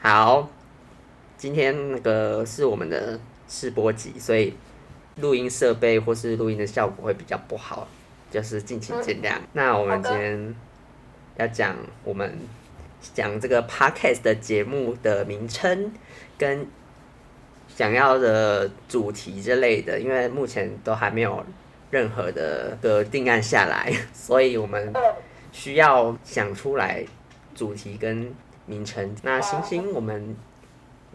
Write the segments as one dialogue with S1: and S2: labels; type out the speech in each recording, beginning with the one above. S1: 好，今天那个是我们的试播集，所以录音设备或是录音的效果会比较不好，就是敬请见谅。那我们今天要讲我们讲这个 podcast 的节目的名称跟想要的主题之类的，因为目前都还没有任何的个定案下来，所以我们
S2: 嗯，
S1: 需要想出来主题跟名称。那星星，我们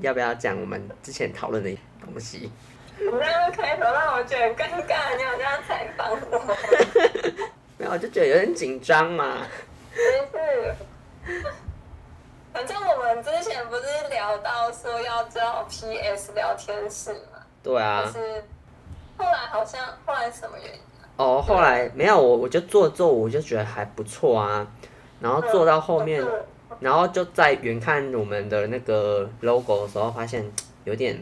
S1: 要不要讲我们之前讨论的东西？
S2: 你这样开头让我觉得很尴尬，你好像采访我。
S1: 没有，我就觉得有点紧张嘛。
S2: 没事，反正我们之前不是聊到说要找 PS 聊天室嘛，
S1: 对
S2: 就
S1: 啊，
S2: 是后来好像后来什么原因？
S1: 哦，后来没有我，我就做做，我就觉得还不错啊。然后做到后面，
S2: 嗯
S1: 然后就在远看我们的那个 logo 的时候，发现嘖有点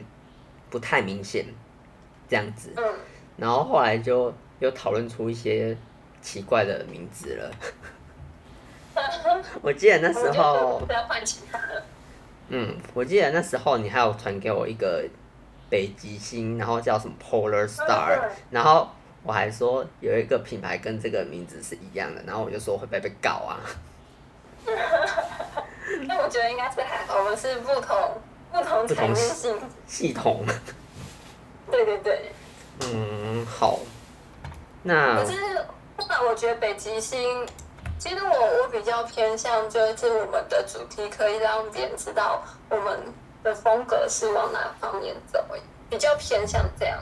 S1: 不太明显，这样子。
S2: 嗯，
S1: 然后后来就又讨论出一些奇怪的名字了。 我记得那时候
S2: 我们就不，要换其他的。
S1: 嗯，我记得那时候你还有传给我一个北极星，然后叫什么 Polar Star，
S2: 嗯
S1: 然后我还说有一个品牌跟这个名字是一样的，然后我就说会不会被告啊？
S2: 但我觉得应该是还好，我们是不同不同
S1: 不
S2: 产
S1: 同
S2: 业
S1: 系
S2: 性。
S1: 系统，
S2: 对对对，
S1: 嗯，好，那嗯
S2: 可是后来我觉得北极星，其实我我比较偏向就是我们的主题可以让别人知道我们的风格是往哪方面走，比较偏向这样。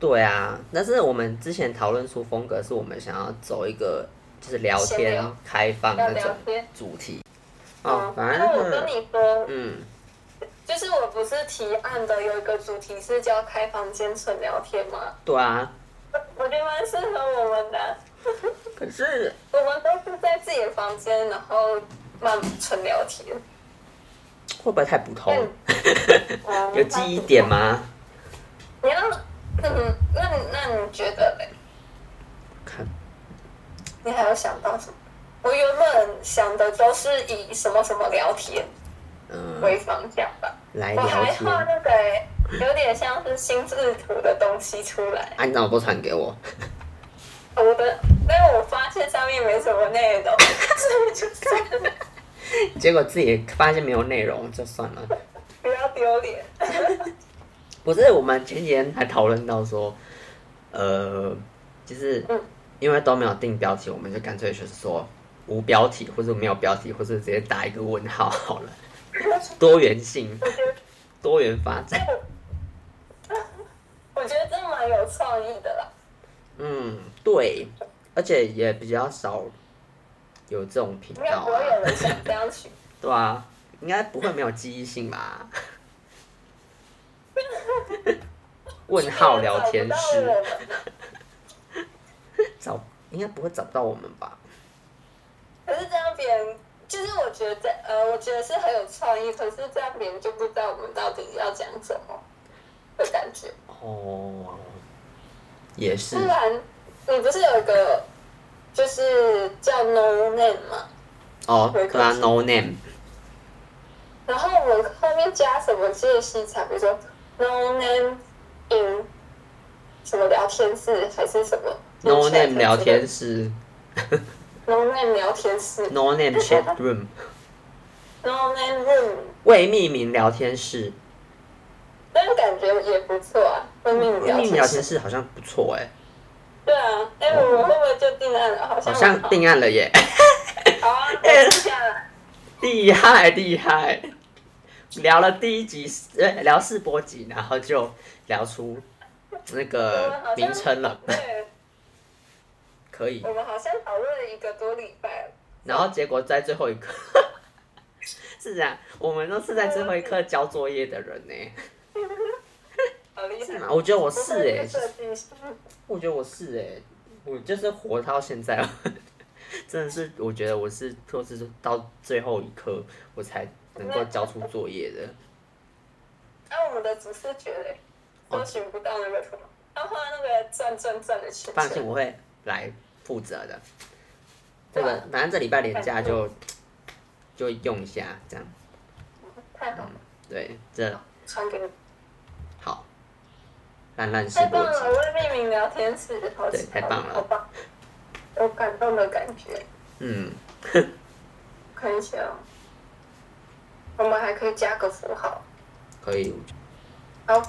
S1: 对啊，但是我们之前讨论出风格是我们想要走一个就是聊
S2: 闲
S1: 天
S2: 聊
S1: 开放那
S2: 聊
S1: 种
S2: 聊天
S1: 主题，嗯哦
S2: 嗯，，
S1: 反正
S2: 那
S1: 那
S2: 我跟
S1: 个，
S2: 你说，
S1: 嗯，
S2: 就是我不是提案的有一个主题是叫开房间纯聊天吗？
S1: 对啊，
S2: 我觉得蛮适合我们的，
S1: 可是
S2: 我们都是在自己的房间，然后慢纯聊天。
S1: 会不会太普通？
S2: 嗯
S1: 有记忆点吗？
S2: 哦你要，嗯，那你那你觉得嘞？
S1: 看，
S2: 你还有想到什么？我原本想的都是以什么什么聊天
S1: 嗯、
S2: 为方向吧，
S1: 来
S2: 我
S1: 聊
S2: 还画
S1: 天。
S2: 那个、欸、有点像是心智图的东西出来。
S1: 啊，你怎么不传给我？
S2: 我的，但是我发现上面没什么内容， 所以就算了，
S1: 结果自己发现没有内容，就算了。
S2: 不要丢脸。
S1: 不是，我们前几天还讨论到说，呃，就是
S2: 嗯
S1: 因为都没有定标题，我们就干脆就是说无标题，或者没有标题，或者直接打一个问号好 了。多元性，多元发展，
S2: 我觉得这蛮有创意的啦。
S1: 嗯，对，而且也比较少有这种频
S2: 应该
S1: 道
S2: 不会
S1: 啊
S2: 有，人想这样取。
S1: 对啊，应该不会没有记忆性吧？ 问号聊天
S2: 找不到
S1: 室
S2: 我们
S1: 找应该不会找不到我们吧？
S2: 可是这样别人，就是我觉得在呃，我觉得是很有创意，可是这样别人就不知道我们到底要讲什么的感觉。
S1: 哦，也是
S2: 不，然你不是有一个就是叫 No Name 吗？
S1: 哦，对啊，No Name，
S2: 然后我后面加什么介系才，比如说 No Name in 什么聊天室还是什么
S1: No Name 聊天室
S2: ，No Name 聊天室
S1: ，No Name Chat Room，
S2: ，No Name Room，
S1: 未命名聊天室，
S2: 但感觉也不错啊，文明
S1: 未
S2: 聊
S1: 命名聊
S2: 天
S1: 天
S2: 室。
S1: 室好像不错哎，
S2: 对啊，哎、我们会不会就定案了？好
S1: 好
S2: 像
S1: 像定案了耶，
S2: 好啊，我记下来。
S1: 厉害厉害，聊了第一集，呃，聊四波集，然后就聊出那个名称了，
S2: 对，
S1: 可以，
S2: 我们好像讨论了一个多礼拜了。
S1: 然后结果在最后一刻。 是啊，我们都是在最后一刻交作业的人呢、
S2: 好厉
S1: 是
S2: 害！
S1: 吗？我觉得我是哎、
S2: 这设计师
S1: 我觉得我是哎、我就是活到现在， 真的是我觉得我是就是到最后一刻我才能够交出作业的。
S2: 那我们的主视觉嘞，搜寻不到那个图，他画那个转转转的圈
S1: 放心，
S2: 圈。
S1: 我会来负责的。
S2: 啊
S1: 这个反正这礼拜连假就就用一下这样。
S2: 太好了，
S1: 对，这
S2: 传给我。
S1: 好，烂烂是
S2: 太棒
S1: 逻
S2: 了，
S1: 辑，
S2: 我会命名聊天室，好
S1: 对
S2: 喜
S1: 太
S2: 欢
S1: 棒了
S2: 好棒，有感动的感觉，
S1: 嗯，
S2: 可以写哦。我们还可以加个符号，
S1: 可以，
S2: 然后，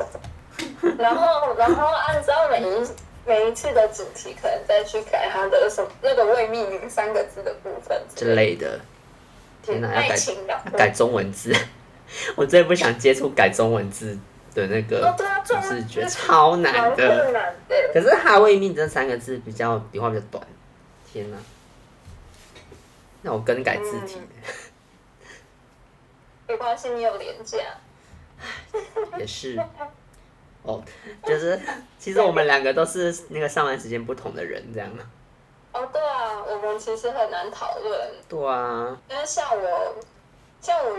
S2: 然后，然后按照每一每一次的主题，可能再去改它的什么那个未命名三个字的部分之
S1: 之
S2: 类的。
S1: 类的，天哪要改
S2: 爱情的
S1: 改中文字， 我最不想接触改中文字的那
S2: 哦
S1: 个，
S2: 对啊，
S1: 我
S2: 中文
S1: 是
S2: 字
S1: 觉得超难
S2: 蛮
S1: 的。
S2: 困难的。
S1: 可是哈维命这三个字比较笔画比较短，天哪！那我更改字
S2: 嗯
S1: 体
S2: 没关系，你有廉价。
S1: 也是哦，就是其实我们两个都是那个上班时间不同的人，这样。
S2: 哦，对啊，我们其实很难讨论，
S1: 对啊，
S2: 因为像我，像我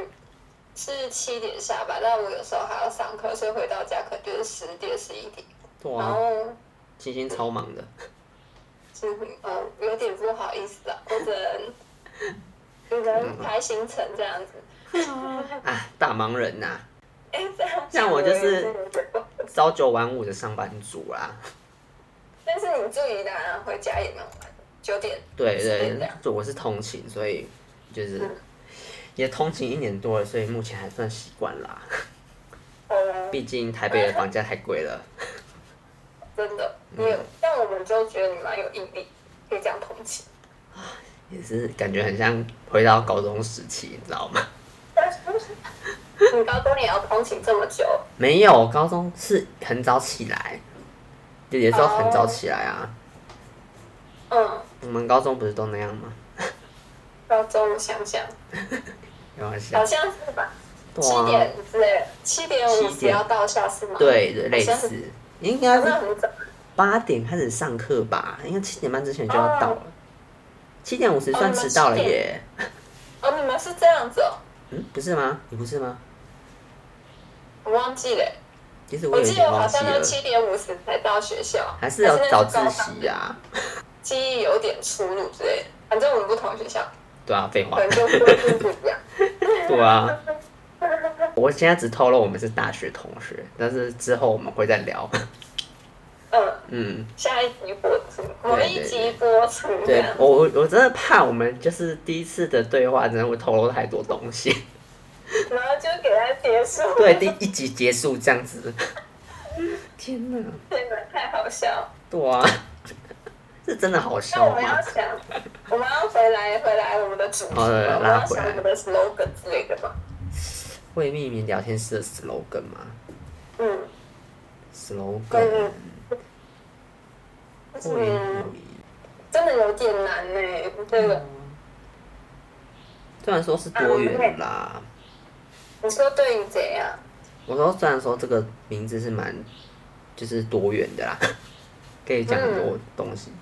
S2: 是七点下班，但我有时候还要上课，所以回到家可能就是十点、十一点，
S1: 对
S2: 然
S1: 啊，
S2: 后
S1: 星星超忙的，
S2: 就是呃有点不好意思啊，我只能只能排行程这样子。
S1: 啊，大忙人呐、
S2: 哎，这样
S1: 像我就是
S2: 有点不好意思
S1: 朝九晚五的上班族啊啦。
S2: 但是你注意的啊，回家也蛮晚，九点。
S1: 对
S2: 是
S1: 对
S2: 这样，
S1: 就我是通勤，所以就是
S2: 嗯
S1: 也通勤一年多了，所以目前还算习惯啦。
S2: 哦，
S1: 毕竟台北的房价太贵了，
S2: 真的，你有，但我们就觉得你蛮有毅力，可以这样同情。
S1: 也是感觉很像回到高中时期，你知道吗？
S2: 你高中也要通勤这么久，
S1: 没有，高中是很早起来，就也是要很早起来啊。
S2: 嗯，
S1: 我们高中不是都那样吗？
S2: 高中我想想，
S1: 开玩
S2: 好
S1: 笑，
S2: 像是吧，
S1: 对
S2: 哦七
S1: 啊
S2: 点，之类，七点五
S1: 七
S2: 十
S1: 点
S2: 要到校是吗？，
S1: 对，类
S2: 好像
S1: 似，应该
S2: 那
S1: 是
S2: 很早，
S1: 八点开始上课吧，应该七点半之前就要到了。七点五十
S2: 哦
S1: 算
S2: 你们
S1: 迟到了
S2: 7点
S1: 耶？
S2: 哦，你们是这样子哦，
S1: 嗯，不是吗？你不是吗？
S2: 我忘记了，
S1: 其实我
S2: 我
S1: 有
S2: 记
S1: 点
S2: 得我好
S1: 忘记
S2: 像都
S1: 了，
S2: 七点五十才到学校，
S1: 还是要
S2: 那
S1: 早
S2: 高
S1: 自
S2: 三
S1: 习啊。
S2: 记忆有点出入之类的，反正我们不同学校，
S1: 对啊，废话
S2: 可，能就规定不一样。
S1: 对啊。我现在只透露我们是大学同学，但是之后我们会再聊。
S2: 嗯，
S1: 嗯，
S2: 下一集播出，我们一集播出这
S1: 对
S2: 样。
S1: 我我我真的怕我们就是第一次的对话，真的会透露太多东西。
S2: 然后就给他结束。
S1: 对，第一集结束这样子。天哪，
S2: 天哪，太好笑了。
S1: 对啊，是真的好
S2: 那我
S1: 笑
S2: 们要
S1: 吗？
S2: 想，我们要回来回来我们的主题，
S1: 哦对
S2: 我们
S1: 拉
S2: 要
S1: 回来
S2: 想我们的 slogan 之类的吧。
S1: 未命名聊天室的 slogan 吗
S2: 嗯，
S1: ？slogan
S2: 对
S1: 哦
S2: 嗯，真的有点难呢、这
S1: 嗯
S2: 个。
S1: 虽然说是多元啦，
S2: 你说对啊你怎样？
S1: 我说虽然说这个名字是蛮就是多元的啦， 可以讲很多东西，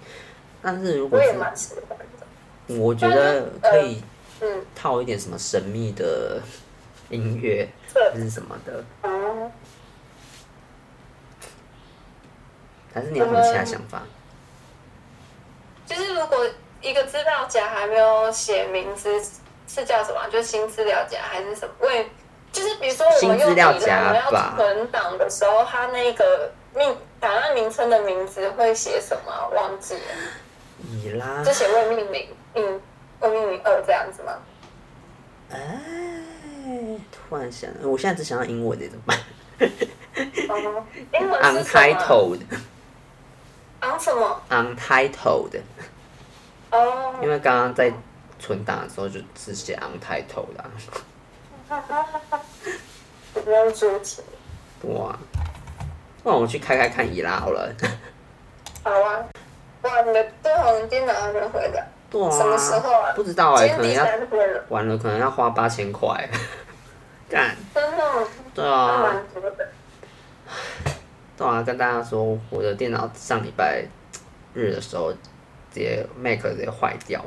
S1: 但是如
S2: 我
S1: 果
S2: 也
S1: 是
S2: 蛮喜欢的。
S1: 我觉得可以
S2: 嗯，
S1: 套一点什么神秘的音乐
S2: 这
S1: 还是什么的，
S2: 哦，
S1: 还是你有什么其他想法？
S2: 就是如果一个资料夹还没有写名字，是叫什么啊？就是新资料夹还是什么？为就是比如说我
S1: 新
S2: 们
S1: 资
S2: 用
S1: 料
S2: 笔
S1: 夹
S2: 来我们
S1: 吧
S2: 要存档的时候，它那个命档案名称的名字会写什么啊？忘记了。
S1: 以拉
S2: 就，写未命名，嗯，未命名二这样子吗？
S1: 哎，突然想，我现在只想到英文的怎么办
S2: 哦，英文是什么？
S1: ？untitled
S2: on 什么？
S1: untitled，因
S2: 哦，
S1: 为刚刚在存档的时候就是写 untitled 啦、
S2: 不用主题。
S1: 哇，不然我去开开看伊拉好 了。
S2: 好啊，哇，你的对红电脑还没回来，
S1: 对啊，
S2: 什么时候啊
S1: 不知道哎、
S2: 今
S1: 可能
S2: 天第
S1: 要
S2: 三天了，
S1: 完了，可能要花八千块。 干，
S2: 真的哦
S1: 对
S2: 还
S1: 啊，
S2: 蛮多的。
S1: 对啊，跟大家说，我的电脑上礼拜日的时候，直接 Mac 直接坏掉，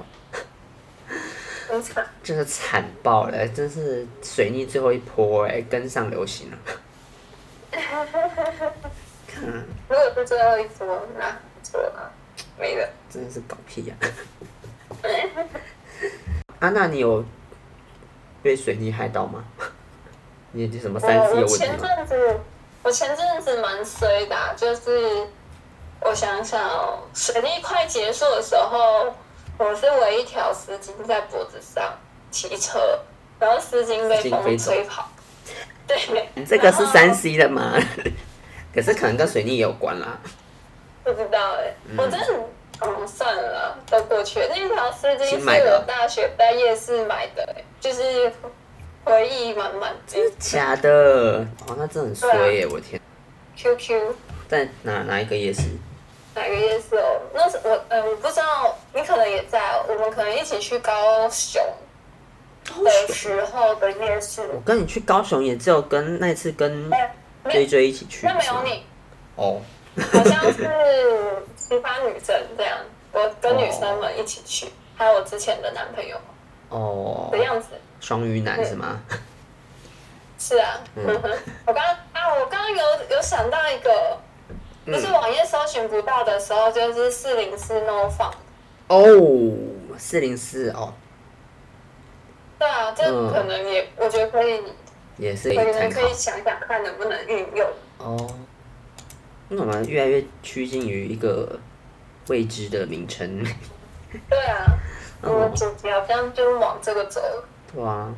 S2: 很惨，
S1: 真是惨爆了、哎真是水逆最后一波哎、跟上流行了。看，
S2: 如果是最后一桌，那不错了，没了。
S1: 真的是搞屁呀、 啊！那你有被水逆害到吗？你什么
S2: 我
S1: 三 C
S2: 呃我
S1: 有问题
S2: 前
S1: 吗？
S2: 阵子，我前阵子蛮衰的啊、就是我想想哦，水利快结束的时候，我是围一条丝巾在脖子上骑车，然后丝巾被
S1: 丝巾飞
S2: 风
S1: 走
S2: 吹跑。对，
S1: 这个是
S2: 然后
S1: 三 C 的吗？可是可能跟水逆也有关啦。
S2: 不知道哎、我真的嗯算了，都过去了。那条丝巾
S1: 新
S2: 是
S1: 买的
S2: 我大学在夜市买的、欸，就是回忆满满的
S1: 真的假的？哦，那真的很
S2: 啊
S1: 衰耶！我的天，
S2: QQ。
S1: 在哪哪一个夜市？
S2: 哪个夜市哦？那是我，呃，我不知道，你可能也在，我们可能一起去高雄的时候的夜市。
S1: 我跟你去高雄也只有跟那次跟
S2: 哎没
S1: 追
S2: 有，
S1: 追一起去。
S2: 那没
S1: 是吗
S2: 有你，
S1: 哦，
S2: 好像是其他女生这样，我跟女生们一起去，还有我之前的男朋友的
S1: 哦，
S2: 样子。
S1: 双鱼男是吗？
S2: 是啊，
S1: 哦
S2: 嗯哼，我刚刚啊，我刚刚有有想到一个，
S1: 嗯
S2: 就是网页搜寻不到的时候，就是四零四 no 放。
S1: 哦，四零四哦，
S2: 对啊，这
S1: 嗯
S2: 可能也，我觉得可以，
S1: 也是
S2: 可
S1: 可以
S2: 能
S1: 参考
S2: 可以想想看能不能运用。
S1: 哦。那我们越来越趋近于一个未知的名称，
S2: 对啊，
S1: 嗯
S2: 我们主题好像就往这个走了。
S1: 对啊，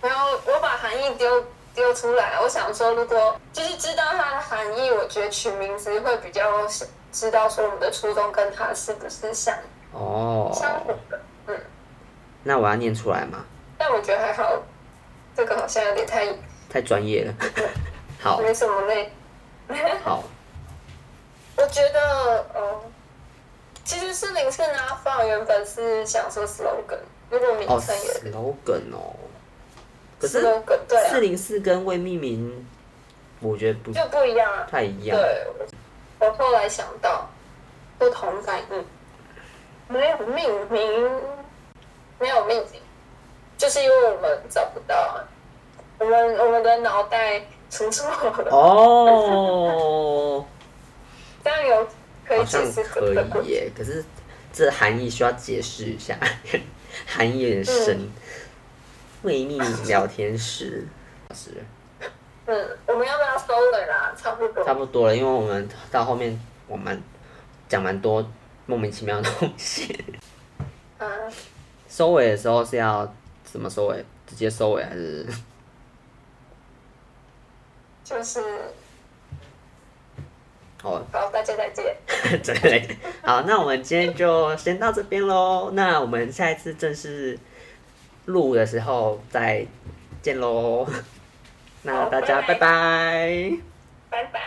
S2: 然后我把含义丢丢出来，我想说，如果就是知道它的含义，我觉得取名字会比较知道说我们的初衷跟它是不是相相符
S1: 哦，
S2: 的。嗯，
S1: 那我要念出来吗？
S2: 但我觉得还好，这个好像有点太
S1: 太专业了，好
S2: 没什么内。
S1: 好，
S2: 我觉得，呃，其实是零四拿放原本是想说 slogan，如果名
S1: 哦
S2: 称也
S1: ，slogan 哦，可是
S2: slogan 对啊
S1: 四，零四跟未命名，我觉得不
S2: 就不一样啊。
S1: 太一样。
S2: 对，我后来想到不同反应，没有命名，没有命名，就是因为我们找不到啊，我们我们的脑袋出错了，
S1: 哦，
S2: 这样有可以
S1: 好
S2: 解
S1: 像
S2: 释
S1: 可
S2: 这个
S1: 以耶，可是这含义需要解释一下， 含义有点深。未命名聊天室是
S2: 嗯，我们要不要收了啦？差不多
S1: 差。不多了，因为我们到后面我们讲蛮多莫名其妙的东西。
S2: 嗯，
S1: 收尾的时候是要怎么收尾？直接收尾还是？
S2: 就是
S1: 哦，
S2: 好，大家再见。
S1: 对，好，那我们今天就先到这边喽。那我们下一次正式录的时候再见喽。那大家拜拜。
S2: 拜拜。